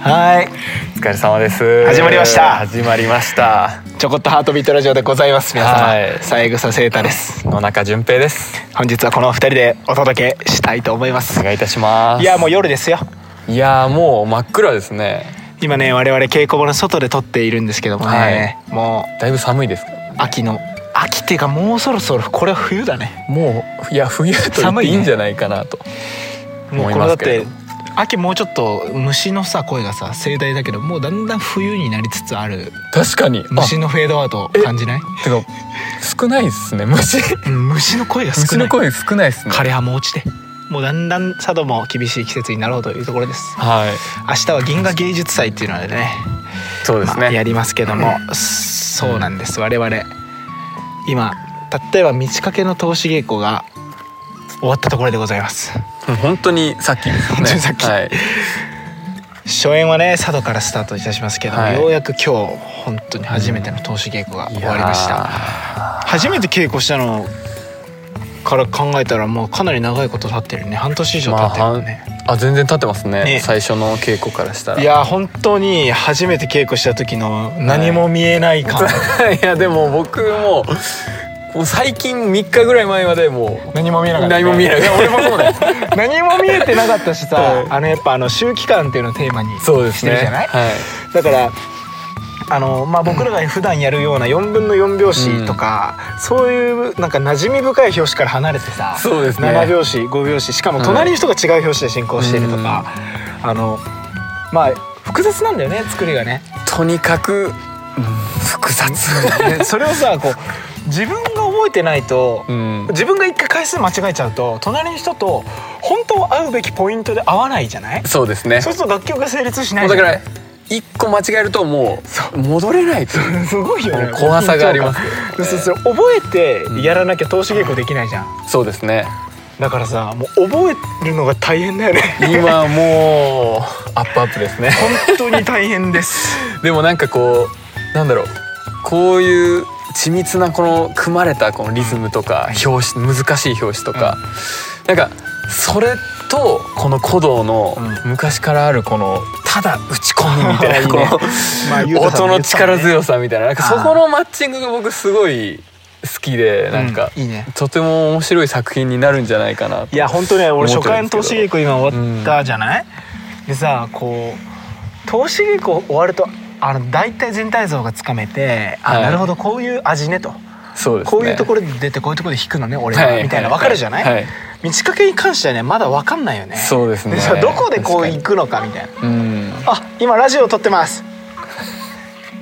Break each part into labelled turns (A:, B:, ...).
A: はい
B: お疲れ様です
A: 始まりました
B: 始まりました
A: ちょこっとハートビートラジオでございます皆様、
B: はい
A: 三枝聖太です
B: 野中純平です
A: 本日はこの二人でお届けしたいと思います
B: お願いいたします
A: いやもう夜ですよ
B: いやもう真っ暗ですね
A: 今ね我々稽古場の外で撮っているんですけどもね、も
B: だいぶ寒いですか
A: う秋の秋っていうかもうそろそろこれは冬だね
B: もういや冬と言っ
A: 寒
B: て
A: い
B: い
A: ね
B: いんじゃないかなと、
A: もう
B: 思い
A: これだ
B: ま
A: っ
B: すけれ
A: て
B: ど
A: 秋もうちょっと虫のさ声がさ盛大だけどもうだんだん冬になりつつある
B: 確かに
A: 虫のフェードアウト感じない
B: あてか少ないですね虫
A: うん虫の声が少
B: 虫
A: な
B: の
A: い
B: 声少ないですね
A: 枯葉も落ちてもうだんだん佐渡も厳しい季節になろうというところです
B: はい
A: 明日は銀河芸術祭っていうのでね
B: そうです
A: ま
B: ね、
A: あやりますけどもそうなんです我々今例えば道掛けの投資稽古が終わったところでございます
B: もう本当にさっきですね
A: 本当にさっき
B: はい、
A: 初演はね佐渡からスタートいたしますけども、
B: はい
A: ようやく今日本当に初めての投資稽古が終わりまし
B: い
A: た
B: や
A: 初めて稽古したのから考えたらもうかなり長いこと経ってるね半年以
B: ー
A: 上
B: ま
A: 経
B: あ
A: ってる
B: は
A: よ
B: ん
A: ね、
B: あ全然立ってますね
A: ね
B: 最初の稽古からしたら
A: いや本当に初めて稽古した時の何も見えない感、
B: いやでも僕ももう最近3日ぐらい前までも
A: 何も見え
B: う
A: なかったね、
B: 何も見えないいや俺もそうだよ
A: 何も見えてなかったしさ、
B: はい
A: あのやっぱあの周期感っていうのをテーマに
B: そうです
A: してるじ
B: ね
A: ゃない
B: はい
A: だからあの、まあ、僕らが普段やるような4分の4拍子とか、そういうなんか馴染み深い拍子から離れてさ、
B: そうですね
A: 7拍子5拍子しかも隣の人が違う拍子で進行してるとか、あのまあ複雑なんだよね作りがね。
B: とにかく、うん複雑
A: でそれをさこう自分が覚えてないと、
B: うん
A: 自分が一回回数間違えちゃうと隣の人と本当は合うべきポイントで合わないじゃない
B: そうですね
A: そうすると楽曲が成立しな
B: も
A: いうじ
B: だ
A: ゃな
B: から
A: い
B: 一個間違えるともう戻れないという
A: すごいよね
B: もう怖さがあります
A: そうそうそう覚えてやらなきゃ投資稽古できないじゃん
B: そうですね
A: だからさもう覚えるのが大変だよね
B: 今もうアップアップですね
A: 本当に大変です
B: でもなんかこうなんだろうこういう緻密なこの組まれたこのリズムとか表紙難しい表紙とか、なんかそれとこの古道の
A: う
B: 昔からあるこのただ打ち込むみた
A: い
B: い
A: い
B: な
A: ね
B: この
A: まあゆうたさ
B: 音
A: んも言
B: の
A: ってたね
B: 力強さみたいななんかそ
A: あー
B: このマッチングが僕すごい好きでなんか、
A: うんいいね
B: とても面白い作品になるんじゃないかなと
A: いや本当ね俺
B: 思っ
A: 初
B: てる
A: 回
B: んで
A: の
B: すけ
A: 投
B: ど
A: 資稽古今終わったじゃない、でさこう投資稽古終わるとあの大体全体像がつかめて、
B: は
A: あ
B: い
A: なるほどこういう味ねと
B: そうですね
A: こういうところで出てこういうところで弾くのね俺は、
B: はい
A: みたいなわかるじゃない、
B: はい
A: 道掛けに関してはねまだわかんないよね
B: そうですね
A: さどこでこう
B: 確かに
A: 行くのかみたいな
B: うん
A: あ今ラジオ撮ってます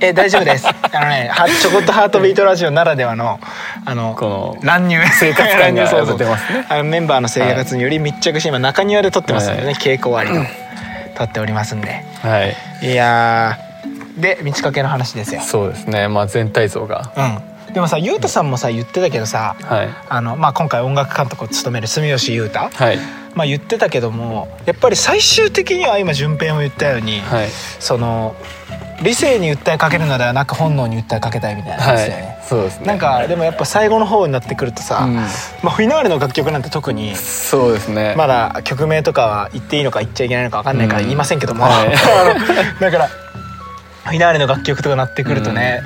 A: え大丈夫ですあのねはちょこっとハートビートラジオならではのあの
B: この
A: 乱入
B: 生活感が
A: 乱入そうそう
B: 出てますね
A: あのメンバーの生活により密着して今中庭で撮ってますんでね、
B: はい
A: 稽古終わりの撮っておりますんで
B: はい
A: いやーで道掛けの話ですよ
B: そうですねまあ全体像が
A: うんでもさゆうたさんもさ言ってたけどさ
B: はい
A: あの、まあ、今回音楽監督を務める住吉裕太、
B: はい
A: まあ、言ってたけどもやっぱり最終的には今順平も言ったように、
B: はい
A: その理性に訴えかけるのではなく本能に訴えかけたいみたいな話だよね
B: は、いそうですね
A: なんかでもやっぱ最後の方になってくるとさ、
B: うん
A: まあ、フィナーレの楽曲なんて特に
B: そうですね
A: まだ曲名とかは言っていいのか言っちゃいけないのか分かんないから
B: うん
A: 言いませんけども、
B: は い
A: あのだからフィナーレの楽曲とかなってくるとね、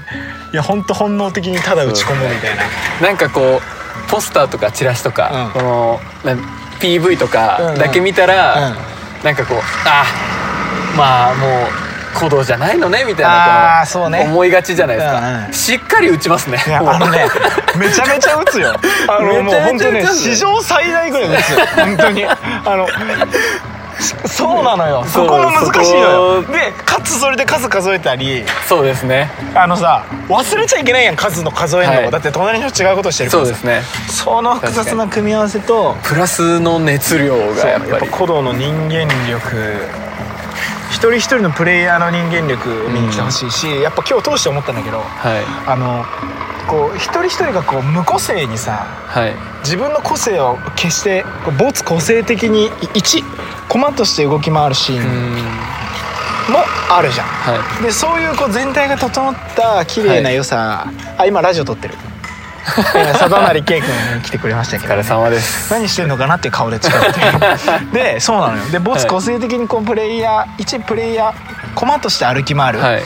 A: いやほんと本能的にただ打ち込むみたいな。
B: なんかこうポスターとかチラシとか、
A: うん
B: このな PV と
A: うんう
B: か
A: ん
B: だけ見たら、
A: うん
B: なんかこうあまあもう鼓動じゃないのねみたい
A: あー
B: なこ
A: そうね
B: 思いがちじゃないですか、
A: うんうん
B: しっかり打ちますね
A: いや
B: もう
A: あのねめちゃめちゃ打つよあの
B: め
A: も
B: ち
A: う
B: ゃめちゃ
A: 本当ね
B: 打つよ
A: 史上最大ぐらい打つよ本当にあのしそうなのよそ
B: そう
A: こも難しいのよ
B: そ
A: でかつそれで数数えたり
B: そうですね
A: あのさ忘れちゃいけないやん数の数えるのも、
B: はい
A: だって隣の人違うことしてるか
B: そ
A: ら
B: う
A: さ
B: ですね
A: その複雑な組み合わせと
B: プラスの熱量がやっぱり
A: 鼓動の人間力一人一人のプレイヤーの人間力を見に来てほしいし、やっぱ今日通して思ったんだけど
B: はい
A: あのこう一人一人がこう無個性にさ
B: はい
A: 自分の個性を決してこう没個性的に1コマとして動き回るシー
B: うー
A: ン
B: ん
A: もあるじゃん、
B: は
A: でそういうこう全体が整った綺麗な良さ、あ今ラジオ撮ってる今佐田成圭君が来てくれましたけ
B: いお
A: ど、
B: 疲 れ様です
A: 何してんのかなって いう顔で近づいてでそうなのよで没個性的にこうプレイヤー1プレイヤー駒として歩き回る、
B: はい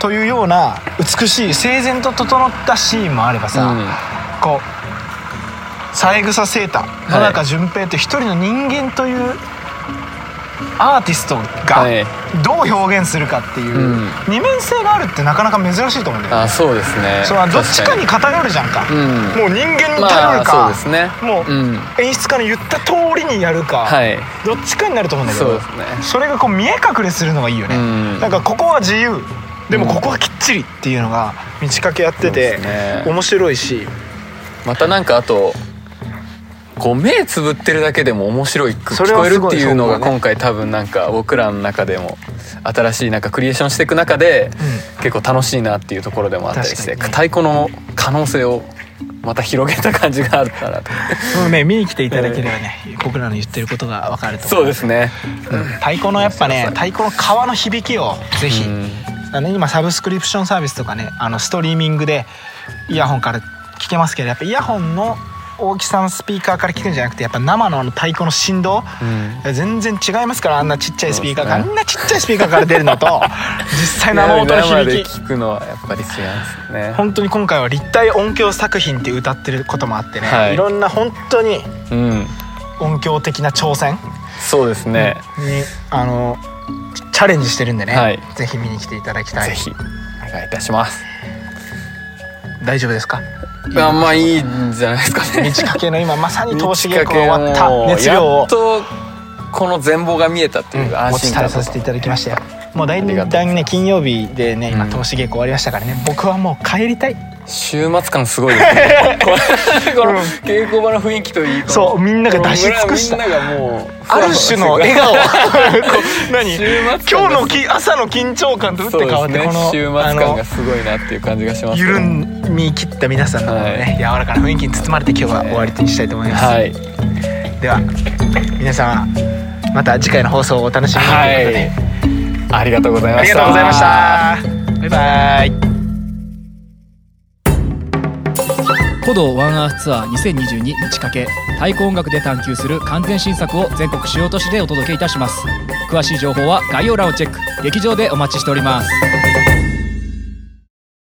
A: というような美しい整然と整ったシーンもあればさ、こう三枝聖太野中淳平という一人の人間というアーティストが
B: はい
A: どう表現するかっていう、
B: うん
A: 二面性があるってなかなか珍しいと思うんだよね
B: あそうですね
A: それはどっちかに偏るじゃんか
B: 確かにうん
A: もう人間に
B: ま
A: 頼
B: あ
A: る
B: そう
A: か
B: で、すね
A: もう
B: うん
A: 演出家の言った通りにやるか、
B: はい
A: どっちかになると思うんだけ
B: そう
A: ど
B: ですね
A: それがこう見え隠れするのがいいよね、
B: うん
A: なんかここは自由でも
B: うん
A: ここはきっちりっていうのが道かけやってて、
B: そうですね
A: 面白いし
B: またなんかあとこう目つぶってるだけでも面白いく
A: それ
B: 聞こ
A: は
B: え
A: す
B: る
A: ごい
B: っていうのが
A: そうだね
B: 今回多分なんか僕らの中でも新しいなんかクリエーションしていく中で結構楽しいなっていうところでもあったりして
A: 確
B: 太鼓の可能性をまた広げた感じがあるか なと
A: もうね見に来ていただければね、僕らの言ってることが分かると思う
B: そうですね
A: うん太鼓のやっぱね太鼓の革の響きをぜひ、
B: うん
A: あのね今サブスクリプションサービスとかねあのストリーミングでイヤホンから聞けますけどやっぱイヤホンの大きさのスピーカーから聞くんじゃなくてやっぱ生のあの太鼓の振動、全然違いますからあんなちっちゃいスピーカーから、
B: そうですね
A: あんなちっちゃいスピーカーから出るのと 実際生音の
B: 生
A: 響
B: で
A: き
B: 聞くのはやっぱり違いますね
A: 本当に今回は立体音響作品って歌ってることもあってね、
B: はい
A: いろんな本当に
B: うん
A: 音響的な挑戦
B: そうですね
A: にあのチャレンジしてるんでね、
B: はい
A: ぜひ見に来ていただきたい
B: ぜひお願いいたします
A: 大丈夫ですか
B: あんまあいいんじゃないですかね
A: 道かけの今まさに投資稽
B: 道
A: 古が終わっ
B: 掛けも
A: た熱量
B: や
A: を
B: っとこの全貌が見えたって
A: うん
B: い
A: お
B: う安
A: 伝
B: 心感
A: え
B: と
A: させていただきましたよもうだい
B: ありがとうござ
A: だ
B: い
A: い
B: ます
A: ね金曜日でね今
B: うん
A: 投資稽古終わりましたからね、僕はもう帰りたい
B: 週末感すごいで すねこのこの稽古場の雰囲気といいこの
A: そうみんなが出し尽くした
B: みんながもう
A: ある種の笑顔こ う何
B: 週末感が
A: 今日のき朝の緊張感と打って変わ
B: そ
A: っ
B: う
A: て、
B: です
A: こ
B: ね
A: の
B: 週末
A: あ
B: 感
A: の
B: がすごいなっていう感じがします
A: 緩み切った皆さんの、ね
B: はい
A: 柔らかな雰囲気に包まれて今日は終わりにしたいと思います、
B: はい
A: では皆様また次回の放送をお楽しみにということで、
B: はいありがとうござい
A: あ
B: ま
A: り
B: し
A: がと
B: た
A: うございましたバイバイ
C: 古道ワンアースツアー2022にちかけ太鼓音楽で探求する完全新作を全国主要都市でお届けいたします詳しい情報は概要欄をチェック劇場でお待ちしております